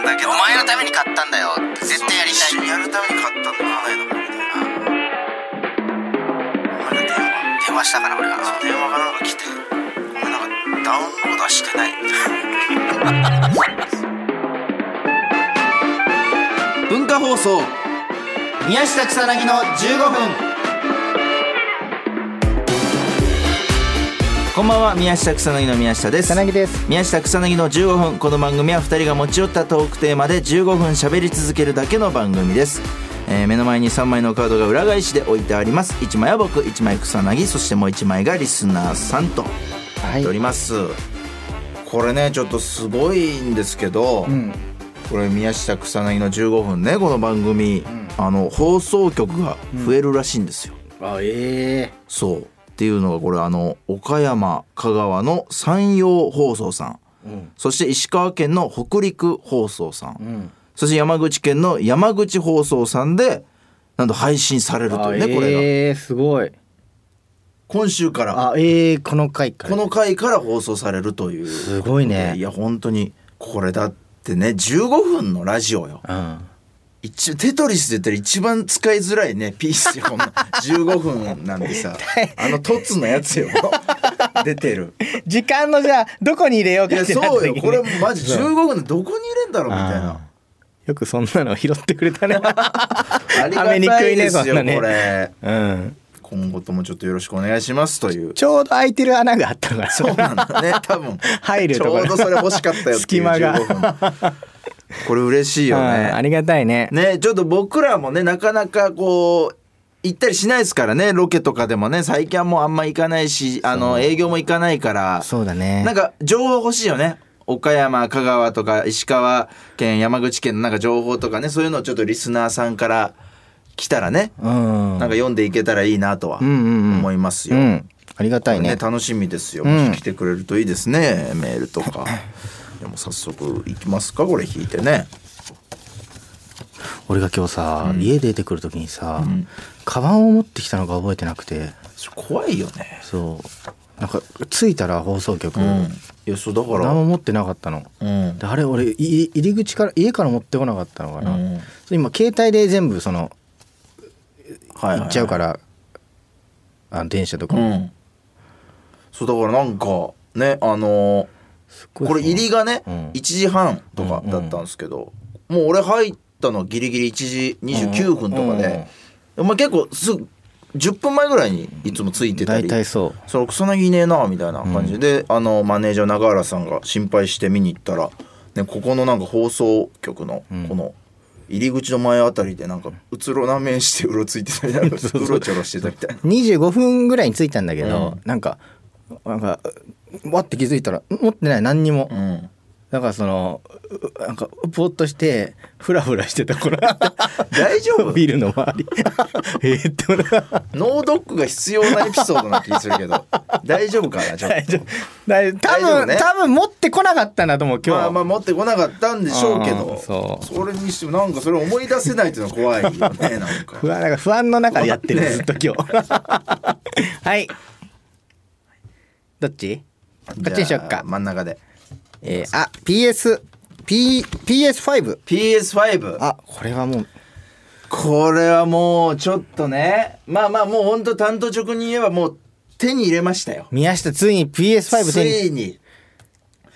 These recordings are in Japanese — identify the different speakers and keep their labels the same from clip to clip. Speaker 1: んだけど
Speaker 2: お前のために買ったんだよ絶対やりたい
Speaker 1: 一緒にやるために買ったんだ花屋だからみたいなお前が電話
Speaker 2: 電話したから俺が
Speaker 1: そう電話がなんか来てごめんなんかダウンロードはしてないみたいな
Speaker 2: 文化放送宮下草薙の15分こんばんは宮下草薙の宮下です
Speaker 3: 草薙です
Speaker 2: 宮下草薙の15分この番組は2人が持ち寄ったトークテーマで15分喋り続けるだけの番組です、えー目の前に3枚のカードが裏返しで置いてあります1枚は僕1枚草薙そしてもう1枚がリスナーさんと
Speaker 3: は
Speaker 2: なっ
Speaker 3: い
Speaker 2: ております、これねちょっとすごいんですけど、
Speaker 3: うん
Speaker 2: これ宮下草薙の15分ねこの番組、あの放送局が増えるらしいんですよ、
Speaker 3: あええ
Speaker 2: そうっていうのがこれあの岡山香川の山陽放送さん、そして石川県の北陸放送さん、そして山口県の山口放送さんでなんと配信されるというね、これが
Speaker 3: ええすごい
Speaker 2: 今週から
Speaker 3: あええこの回から
Speaker 2: この回から放送されるという
Speaker 3: すごいね
Speaker 2: いや本当にこれだってね15分のラジオよ
Speaker 3: うん
Speaker 2: 一テトリスで言ったら一番使いづらいねピースよこんな15分なんでさあのトツのやつよ出てる
Speaker 3: 時間のじゃあどこに入れよう
Speaker 2: い
Speaker 3: か
Speaker 2: や
Speaker 3: ってなった
Speaker 2: そうよ
Speaker 3: 時に
Speaker 2: これマジ
Speaker 3: そう
Speaker 2: 15分でどこに入れんだろうみたい
Speaker 3: あ
Speaker 2: な
Speaker 3: よくそんなの拾ってくれ たね
Speaker 2: ありが
Speaker 3: はめにく
Speaker 2: たい
Speaker 3: いね
Speaker 2: です
Speaker 3: そん
Speaker 2: よ
Speaker 3: なね
Speaker 2: これ
Speaker 3: うん
Speaker 2: 今後ともちょっとよろしくお願いしますという
Speaker 3: ちょうど空いてる穴があったから
Speaker 2: そうなんだ ね多分
Speaker 3: 入る
Speaker 2: ち
Speaker 3: と
Speaker 2: ょ
Speaker 3: こ
Speaker 2: うどそれ欲しかったよってい
Speaker 3: 隙
Speaker 2: う
Speaker 3: 間が
Speaker 2: 15分これ嬉しいよ
Speaker 3: うん
Speaker 2: ね
Speaker 3: ありがたいね
Speaker 2: ねちょっと僕らもねなかなかこう行ったりしないですからねロケとかでもね最近はもうあんま行かないしあの営業も行かないから
Speaker 3: そうだね
Speaker 2: なんか情報欲しいよね岡山香川とか石川県山口県のなんか情報とかねそういうのをちょっとリスナーさんから来たらね、
Speaker 3: うん
Speaker 2: なんか読んでいけたらいいなとは
Speaker 3: うんうんうん
Speaker 2: 思いますよ。
Speaker 3: うんありがたい
Speaker 2: ね
Speaker 3: ね
Speaker 2: 楽しみですよ、
Speaker 3: うん
Speaker 2: もし来てくれるといいですねメールと かでも早速いきますかこれ引いてね
Speaker 3: 俺が今日さ、家出てくる時にさ、カバンを持ってきたのが覚えてなくて
Speaker 2: それ怖いよね
Speaker 3: そうなんか着いたら放送局、
Speaker 2: うんいやそうだか
Speaker 3: 何
Speaker 2: ら
Speaker 3: も持ってなかったの
Speaker 2: うん
Speaker 3: であれ俺い入り口から家から持ってこなかったのかな、
Speaker 2: うん
Speaker 3: そう今携帯で全部その
Speaker 2: はい
Speaker 3: 行っちゃう
Speaker 2: ら
Speaker 3: から、あ電車とかも、
Speaker 2: うんそうだからなんかねあのー
Speaker 3: すっごい
Speaker 2: これ入りがね、
Speaker 3: うん
Speaker 2: 1時半とかだったんですけど、もう俺入ったのギリギリ1時29分とかで、お前結構すぐ10分前ぐらいにいつもついてた
Speaker 3: 大
Speaker 2: り
Speaker 3: 体そう
Speaker 2: その草薙いねえなみたいな感じで、あのマネージャー永原さんが心配して見に行ったら、ね、ここのなんか放送局のこの入り口の前あたりでなんかうつろな面してうろついてたみたいな うろちょろしてたみたいな。
Speaker 3: 25分ぐらいに着いたんだけど、
Speaker 2: うん
Speaker 3: なんかなんかわって気づいたら持ってない何にも、
Speaker 2: うん
Speaker 3: だからそのうなんかぼーっとしてフラフラしてた頃大
Speaker 2: 丈夫
Speaker 3: ビルの周 りえーって俺は
Speaker 2: ノードックが必要なエピソードな気するけど 大丈夫かなちょっと
Speaker 3: 大丈夫大丈夫多
Speaker 2: 大丈夫
Speaker 3: 分、
Speaker 2: ね
Speaker 3: 多分持ってこなかったなと思う今日、
Speaker 2: まあまあ持ってこなかったんでしょうけ
Speaker 3: う
Speaker 2: ど
Speaker 3: んそう
Speaker 2: それにしてもなんかそれ思い出せないっていうのは怖いよねなん か
Speaker 3: 不安なんか不安の中でやってる、
Speaker 2: ね
Speaker 3: ずっと今日 はいどっちこっちにしよっ
Speaker 2: じゃ
Speaker 3: か
Speaker 2: あ、真ん中で
Speaker 3: えー、あ PS P PS5
Speaker 2: PS5
Speaker 3: あこれはもう
Speaker 2: これはもうちょっとねまあまあもうほんと単刀直に言えばもう手に入れましたよ
Speaker 3: 宮下ついに PS5
Speaker 2: つ
Speaker 3: 手に
Speaker 2: いに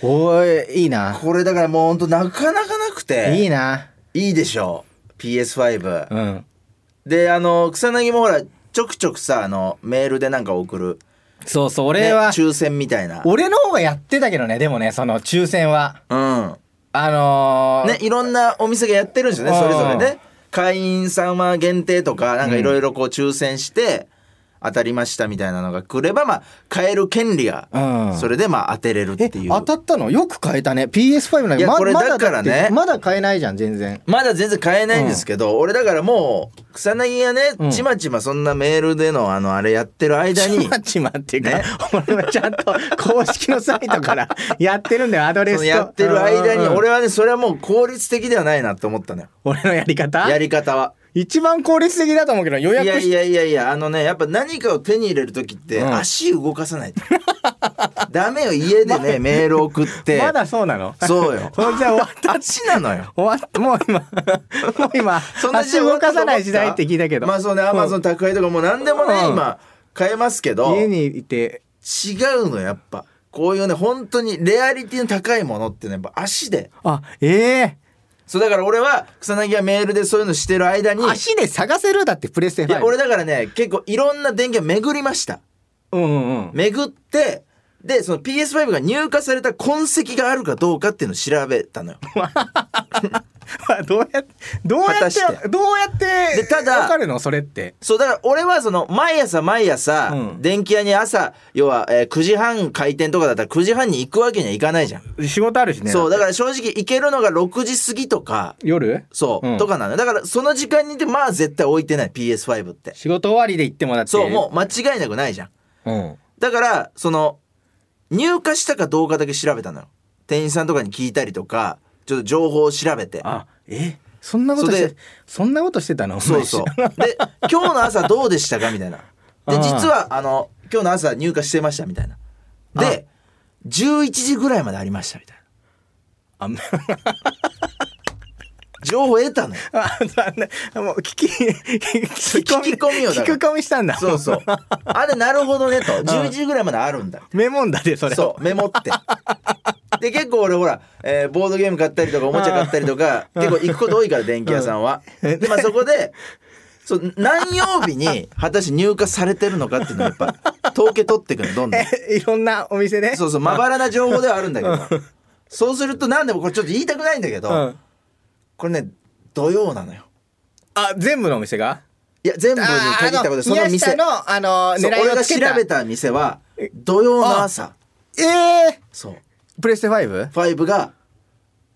Speaker 3: おーいいな
Speaker 2: これだからもうほんとなかなかなく
Speaker 3: いい
Speaker 2: て
Speaker 3: ない
Speaker 2: いでしょう PS5
Speaker 3: うん
Speaker 2: であの草薙もほらちょくちょくさあのメールでなんか送る、
Speaker 3: そうそう
Speaker 2: ね
Speaker 3: 俺は、
Speaker 2: 抽選みたいな
Speaker 3: 俺の方がやってたけどねでもねその抽選は
Speaker 2: うん
Speaker 3: あのー、
Speaker 2: ね、いろんなお店がやってるんですよね、
Speaker 3: あー
Speaker 2: それぞれね。会員様限定とか、なんかいろいろこう抽選して、当たりましたみたいなのが来れば、まあ、買える権利
Speaker 3: う
Speaker 2: が
Speaker 3: ん、
Speaker 2: それでまあ当てれるって
Speaker 3: え
Speaker 2: いう。
Speaker 3: 当たったのよく買えたね PS5 なん
Speaker 2: いや
Speaker 3: かま
Speaker 2: これ
Speaker 3: まだ
Speaker 2: だからね
Speaker 3: ってまだ買えないじゃん全然
Speaker 2: まだ全然買えないんですけど、俺だからもう、草薙が
Speaker 3: うん
Speaker 2: ね、ちまちまそんなメールでのあの、あれやってる間に、
Speaker 3: ちまっていうか、俺はちゃんと公式のサイト からやってるんだよアドレス
Speaker 2: そ
Speaker 3: と
Speaker 2: のやってる間に、
Speaker 3: うん
Speaker 2: 俺はね、それはもう効率的ではないなって思ったのよ。
Speaker 3: 俺のやり方
Speaker 2: やり方は。
Speaker 3: 一番効率的だと思うけど予
Speaker 2: いや
Speaker 3: 約
Speaker 2: い
Speaker 3: し
Speaker 2: やいやいやあのねやっぱ何かを手に入れる時って
Speaker 3: うん
Speaker 2: 足動かさないと、ダメよ家でねメール送って
Speaker 3: まだそうなの
Speaker 2: そうよ
Speaker 3: そん じゃ終わった
Speaker 2: あっちなのよ
Speaker 3: 終わったもう 今もう今足動かさない時代って聞いたけど
Speaker 2: まあそうねアマゾ
Speaker 3: ン
Speaker 2: ン宅配とかもう何でもね、
Speaker 3: うん
Speaker 2: 今買えますけど
Speaker 3: 家
Speaker 2: 違
Speaker 3: にいて
Speaker 2: うのやっぱこういうね本当にレアリティの高いものってねやっぱ足で
Speaker 3: あええ
Speaker 2: そうだから俺は草薙がメールでそういうのしてる間に
Speaker 3: 足で探せるだってプレステ
Speaker 2: いや
Speaker 3: 5
Speaker 2: 俺だからね結構いろんな電源巡りました
Speaker 3: うんうん うん
Speaker 2: 巡ってでその PS5 が入荷された痕跡があるかどうかっていうのを調べた のよ
Speaker 3: どうやってどう
Speaker 2: 果
Speaker 3: や
Speaker 2: た
Speaker 3: って
Speaker 2: して
Speaker 3: どうやって
Speaker 2: でただ
Speaker 3: わかるのそれって
Speaker 2: そうだから俺はその毎朝毎朝、
Speaker 3: うん
Speaker 2: 電気屋に朝要は、えー9時半開店とかだったら9時半に行くわけにはいかないじゃん、
Speaker 3: 仕事あるしね
Speaker 2: そうだから正直行けるのが6時過ぎとか
Speaker 3: 夜
Speaker 2: そう、
Speaker 3: うん
Speaker 2: とかなのよだからその時間にでまあ絶対置いてない PS5 って
Speaker 3: 仕事終わりで行ってもだって
Speaker 2: そうもう間違いなくないじゃん
Speaker 3: うん
Speaker 2: だからその入荷したかどうかだけ調べたのよ店員さんとかに聞いたりとかちょっと情報を調べて
Speaker 3: あえそんなことし
Speaker 2: それ
Speaker 3: て
Speaker 2: で
Speaker 3: そんなことしてたのお前
Speaker 2: そうそう
Speaker 3: 知らな
Speaker 2: で今日の朝どうでしたかみたいなで
Speaker 3: あー
Speaker 2: 実は あの今日の朝入荷してましたみたいなで11時ぐらいまでありましたみたいな
Speaker 3: あんま
Speaker 2: 情報得たのよ
Speaker 3: あ残念もう聞き聞き
Speaker 2: 聞き込みよだ
Speaker 3: 聞
Speaker 2: か
Speaker 3: き
Speaker 2: ら
Speaker 3: 込みしたんだ
Speaker 2: そうそうあれなるほどねと11時ぐらいまであるんだ
Speaker 3: メモんだでそれ
Speaker 2: そうメモって で結構俺ほら、えーボードゲーム買ったりとかおもちゃ買ったりとか結構行くこと多いから電気屋さんは、でまあそこでそう何曜日に果たして入荷されてるのかっていうのをやっぱ統計取ってくのどんどん
Speaker 3: えいろんなお店で
Speaker 2: そうそうまばらな情報ではあるんだけどそうするとなんでもこれちょっと言いたくないんだけど、
Speaker 3: うん
Speaker 2: これね土曜なのよ
Speaker 3: あ全部のお店が
Speaker 2: いや全部に
Speaker 3: あ
Speaker 2: 限ったことでその
Speaker 3: 宮下
Speaker 2: 店
Speaker 3: のあの
Speaker 2: そう
Speaker 3: 狙い
Speaker 2: 俺
Speaker 3: を
Speaker 2: が
Speaker 3: つけ
Speaker 2: 調
Speaker 3: た
Speaker 2: べた店は土曜の朝
Speaker 3: ええ
Speaker 2: そう
Speaker 3: プレステ 5?
Speaker 2: 5が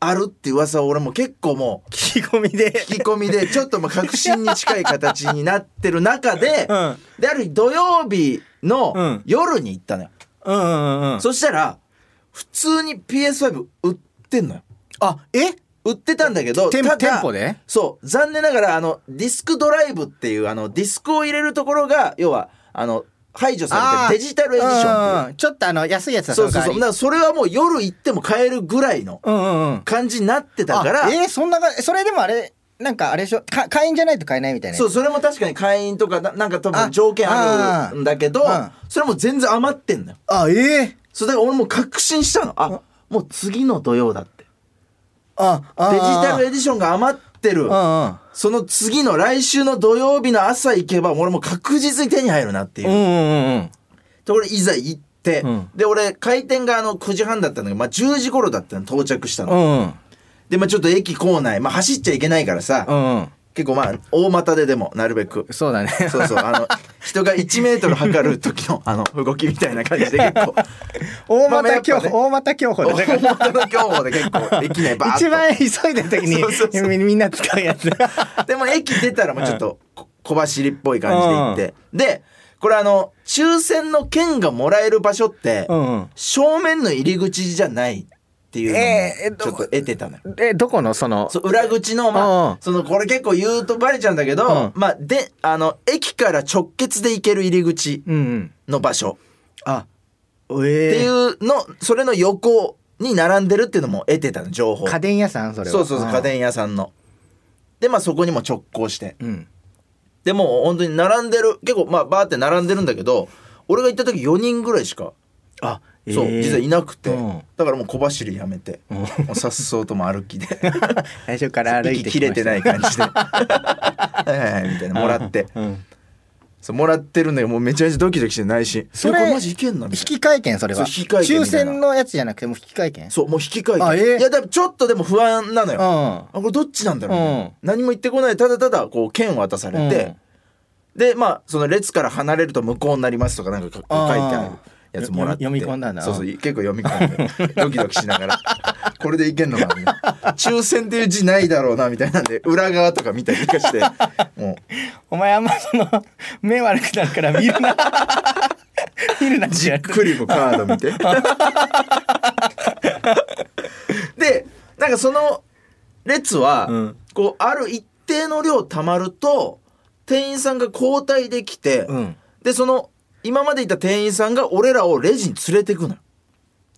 Speaker 2: あるって噂を俺も結構もう
Speaker 3: 聞き込みで
Speaker 2: 聞き込みで ちょっとまあ確信に近い形になってる中で、
Speaker 3: うん
Speaker 2: である日土曜日
Speaker 3: う
Speaker 2: の
Speaker 3: ん
Speaker 2: 夜に行ったのよ、
Speaker 3: うんうんうんうん
Speaker 2: そしたら普通に PS5 売ってんのよ
Speaker 3: あえ
Speaker 2: 売ってたんだけど
Speaker 3: 店
Speaker 2: ただ
Speaker 3: 店舗で
Speaker 2: そう残念ながらあのディスクドライブっていうあのディスクを入れるところが要はあの排除されてるデジタルエディションっていう
Speaker 3: ンちょっとあの安いやつだ
Speaker 2: そうそうそうだか
Speaker 3: の代わ
Speaker 2: らそれはもう夜行っても買えるぐらいの
Speaker 3: りうんうんうん
Speaker 2: 感じになってたから
Speaker 3: あえーそんながそれでもあれなんかあれでしょか会員じゃないと買えないみたいな
Speaker 2: そうそれも確かに会員とかななんか多分条件あるんだけど
Speaker 3: ああ
Speaker 2: それも全然余ってんのよ
Speaker 3: あええ
Speaker 2: それだから俺もう確信したのあもう次の土曜だって
Speaker 3: ああ
Speaker 2: デジタルエ
Speaker 3: ジ
Speaker 2: ディションが余ってる
Speaker 3: う
Speaker 2: その次の来週の土曜日の朝行けば俺もう確実に手に入るなってい
Speaker 3: んう
Speaker 2: うん
Speaker 3: うんうんうん
Speaker 2: ところでいざ行って、
Speaker 3: うん
Speaker 2: で俺開店があの9時半だったんだけど、まあ、10時頃だったの到着したの、
Speaker 3: うんうん
Speaker 2: でまあちょっと駅構内、まあ、走っちゃいけないからさ、
Speaker 3: うんうん
Speaker 2: 結構まあ大股ででもなるべく
Speaker 3: そうだね
Speaker 2: そうそうあの人が1メートル測る時のあの動きみたいな感じで結 構
Speaker 3: 大
Speaker 2: まあまあや
Speaker 3: 股
Speaker 2: っぱ
Speaker 3: 競
Speaker 2: ね
Speaker 3: 歩大股競 歩
Speaker 2: 大
Speaker 3: だね
Speaker 2: 元の競歩で結構駅内バーッと
Speaker 3: 一番急いでる時
Speaker 2: そ
Speaker 3: に
Speaker 2: うそうそう
Speaker 3: みみんな使う やつ
Speaker 2: でも駅出たらもうちょっとこ小走りっぽい感じで行って、でこれあの抽選の券がもらえる場所って、
Speaker 3: うんうん
Speaker 2: 正面の入り口じゃないっていう
Speaker 3: えーえ
Speaker 2: の
Speaker 3: っ
Speaker 2: も
Speaker 3: と
Speaker 2: ちょっと得てたのよ。
Speaker 3: えどこのその
Speaker 2: そう裏口の、
Speaker 3: うんう
Speaker 2: まあ
Speaker 3: ん、
Speaker 2: そのこれ結構言うとバレちゃうんだけど、
Speaker 3: う
Speaker 2: まあ、であの駅から直結で行ける入り口
Speaker 3: うんうん
Speaker 2: の場所
Speaker 3: あえ
Speaker 2: ってい
Speaker 3: え
Speaker 2: うの、それの横に並んでるっていうのも得てたの情報
Speaker 3: 家電屋さんそれは
Speaker 2: そうそうそう家電屋さんのでまあそこにも直行して
Speaker 3: うん
Speaker 2: でもう本当に並んでる結構まあバーって並んでるんだけど俺が行った時4人ぐらいしか
Speaker 3: あ
Speaker 2: そう、実はいなくて、
Speaker 3: うん
Speaker 2: だからもう小走りやめて、もうさっそうとも 歩きで
Speaker 3: 最初から歩い
Speaker 2: 息
Speaker 3: て
Speaker 2: 切れてないい感じで はいはいはいみたいなもらって
Speaker 3: うん
Speaker 2: そうもらってるんだけどもうめちゃめちゃドキドキして内心
Speaker 3: そ
Speaker 2: い
Speaker 3: れ
Speaker 2: やこれマジいけんな
Speaker 3: 引
Speaker 2: みたいな
Speaker 3: き換え券それは
Speaker 2: そう引き換え券
Speaker 3: 抽
Speaker 2: みたいな
Speaker 3: 選のやつじゃなくてもう引き換え券
Speaker 2: そうもう引き換えて
Speaker 3: あえー
Speaker 2: いやだからちょっとでも不安なのよ、あ
Speaker 3: う
Speaker 2: これどっちなんだろう、みたいな
Speaker 3: うん
Speaker 2: 何も言ってこないただただこう券渡され
Speaker 3: ん
Speaker 2: て、でまあその列から離れると向こうになりますとかなんか書いて
Speaker 3: あー
Speaker 2: あるやつもらって
Speaker 3: よ読み込んだな
Speaker 2: そうそう結構読み込んでドキドキしながら これでいけんのかなみたいな抽選っていう字ないだろうなみたいなんで裏側とか見たりとかしても
Speaker 3: お前あんまその目悪くなるから見 るな見るな
Speaker 2: うじっくりもカード見 てでなんかその列は、
Speaker 3: うん
Speaker 2: こうある一定の量たまると店員さんが交代できて、
Speaker 3: うん
Speaker 2: でその今までいた店員さんが俺らをレジに連れてくのよ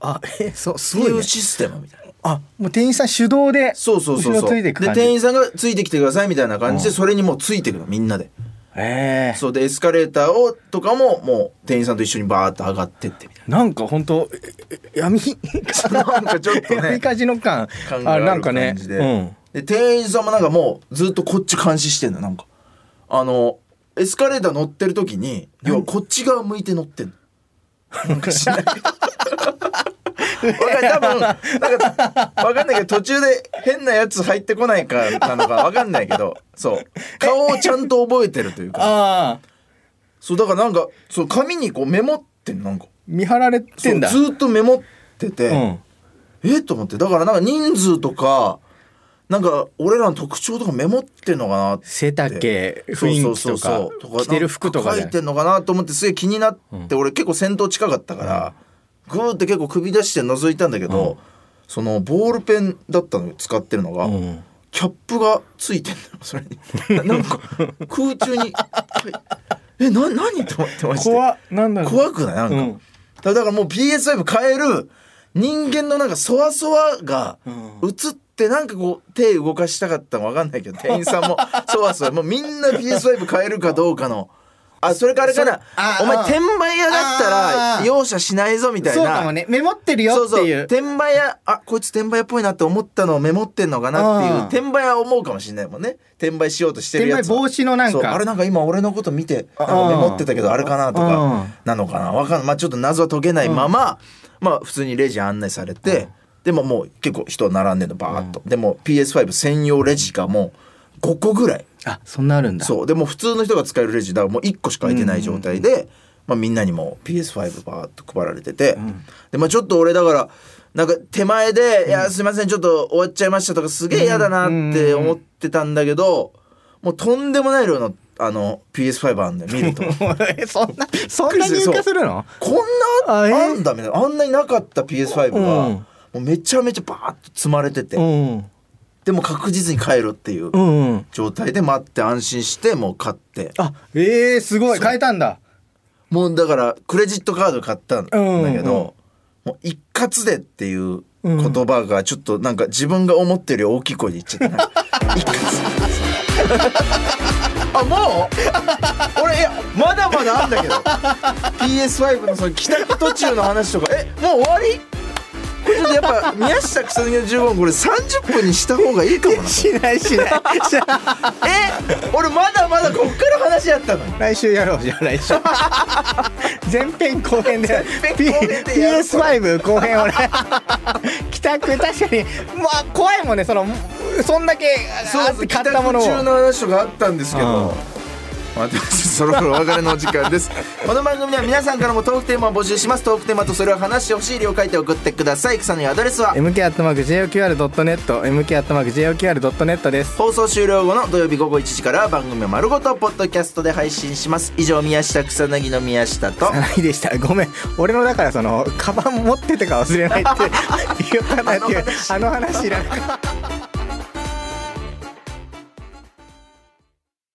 Speaker 3: あえそうす
Speaker 2: そう
Speaker 3: ごい、
Speaker 2: い
Speaker 3: ね
Speaker 2: う、システムみたいな。
Speaker 3: あもう店員さん手動で
Speaker 2: そうそうそう
Speaker 3: 後ろ
Speaker 2: そう。
Speaker 3: ついて
Speaker 2: で
Speaker 3: いく感じ
Speaker 2: 店員さんがついてきてくださいみたいな感じでそれにもうついてくのみんなで。
Speaker 3: ええ
Speaker 2: そうでエスカレーターをとかももう店員さんと一緒にバーッと上がってってみたい
Speaker 3: なんか本当ええ 闇
Speaker 2: な。なんかちょっと
Speaker 3: 闇
Speaker 2: ね。
Speaker 3: カジノ感
Speaker 2: 感が
Speaker 3: あな
Speaker 2: あ
Speaker 3: ん
Speaker 2: る
Speaker 3: かね
Speaker 2: 感じで,、で店員さんもなんかもうずっとこっち監視してんのなんかあのエスカレーター乗ってる時に要はこっち側向いて乗ってんのなんかしないわかる多分なんかわかんないけど途中で変なやつ入ってこないかなのかわかんないけどそう顔をちゃんと覚えてるという
Speaker 3: うん、
Speaker 2: か
Speaker 3: ああ
Speaker 2: そうだからなんかそう紙にこうメモってんのなんか
Speaker 3: 見張られてんだ
Speaker 2: そうずっとメモってて、
Speaker 3: うん
Speaker 2: えっと思ってだからなんか人数とかなんか俺らの特徴とかメモってんのかなって
Speaker 3: 背丈雰囲気
Speaker 2: そ
Speaker 3: と
Speaker 2: うそう
Speaker 3: か
Speaker 2: そう
Speaker 3: 着てる服とか
Speaker 2: なん
Speaker 3: で
Speaker 2: 書いてんのかなと思ってすげえ気になって、俺結構先頭近かったから、グーって結構首出して覗いたんだけど、そのボールペンだったのよ使ってるのが、
Speaker 3: うん
Speaker 2: キャップがついてんだよ それになんか空中 にはいえな何って思ってまして
Speaker 3: 怖っなんだろう
Speaker 2: 怖くないなんか、
Speaker 3: うん
Speaker 2: だからもう PS5 変える人間のなんかそわそわが
Speaker 3: うん
Speaker 2: 映ってなんかこう手動かしたかったのわかんない けど店員さんもそわそわもうみんな PS5 変えるかどうかのあそれからあれかな
Speaker 3: あ
Speaker 2: お前
Speaker 3: あ
Speaker 2: 転売屋だった
Speaker 3: あ
Speaker 2: ら容赦しないぞみたいな
Speaker 3: そうかもねメモってるよっていう
Speaker 2: 転売屋あこいつ転売屋っぽいなって思ったのをメモってんのかなっていう
Speaker 3: あー
Speaker 2: 転売屋は思うかもしれないもんね転売しようとしてる
Speaker 3: 転
Speaker 2: や
Speaker 3: 売
Speaker 2: つは
Speaker 3: 防止のなん
Speaker 2: そう
Speaker 3: か
Speaker 2: あれなんか今俺のこと見て
Speaker 3: あ
Speaker 2: なん
Speaker 3: ー
Speaker 2: かメモってたけどあれかなと
Speaker 3: うん
Speaker 2: かなのかなわかんないまあちょっと謎は解けないまま、まあ普通にレジ案内されて、でももう結構人並んでるのバーッと、でも PS5 専用レジがもう5個ぐらい
Speaker 3: あそんなあるんだ
Speaker 2: そうでも普通の人が使えるレジだからもう1個しか空いてない状態で、まあ、みんなにも PS5 バーッと配られてて、でまあ、ちょっと俺だからなんか手前で「いやすいませんちょっと終わっちゃいました」とかすげえ嫌だなって思ってたんだけど、もうとんでもない量のあの PS5 あんだよ見ると
Speaker 3: え そんなそん
Speaker 2: くり
Speaker 3: な
Speaker 2: する
Speaker 3: 入荷するの
Speaker 2: こんな
Speaker 3: あえー
Speaker 2: あんだみたいなあんなになかった PS5 が、
Speaker 3: うん
Speaker 2: もうめちゃめちゃバーッと積まれてて、
Speaker 3: うん
Speaker 2: でも確実に買えるっていう
Speaker 3: うん
Speaker 2: 状態で待って安心してもう買って。
Speaker 3: あえー、すごい変えたんだ
Speaker 2: もうだからクレジットカード買ったんだけど、
Speaker 3: うんうんうん
Speaker 2: もう一括でっていう言葉がちょっとなんか自分が思ってるより大きい声で言っちゃった な一括あもう俺いやまだまだあんだけど PS5 のその帰宅途中の話とかえもう終わりこれちょっとやっぱ宮下草薙の15分これ30分にした方がいいかもな
Speaker 3: しないしな い
Speaker 2: え俺まだまだこっから話やったのに
Speaker 3: 来週やろうじゃ あ来週前編後編で
Speaker 2: 前編後編でやろう
Speaker 3: PS5 後編 俺帰宅確かにまあ怖いもんねそのそんだけあって買ったものを
Speaker 2: 帰宅中の話とかあったんですけ
Speaker 3: うん
Speaker 2: どまあ、そろそろお別れのお時間 ですこの番組では皆さんからもトークテーマを募集しますトークテーマとそれを話してほしい理を書いて送ってください草のアドレスは
Speaker 3: mk.joqr.net mk.joqr.net です
Speaker 2: 放送終了後の土曜日午後1時からは番組を丸ごとポッドキャストで配信します以上宮下草薙の宮下と
Speaker 3: あないでしたごめん俺のだからそのカバン持っててか忘れないって言おうかなっていうあの話いらなかった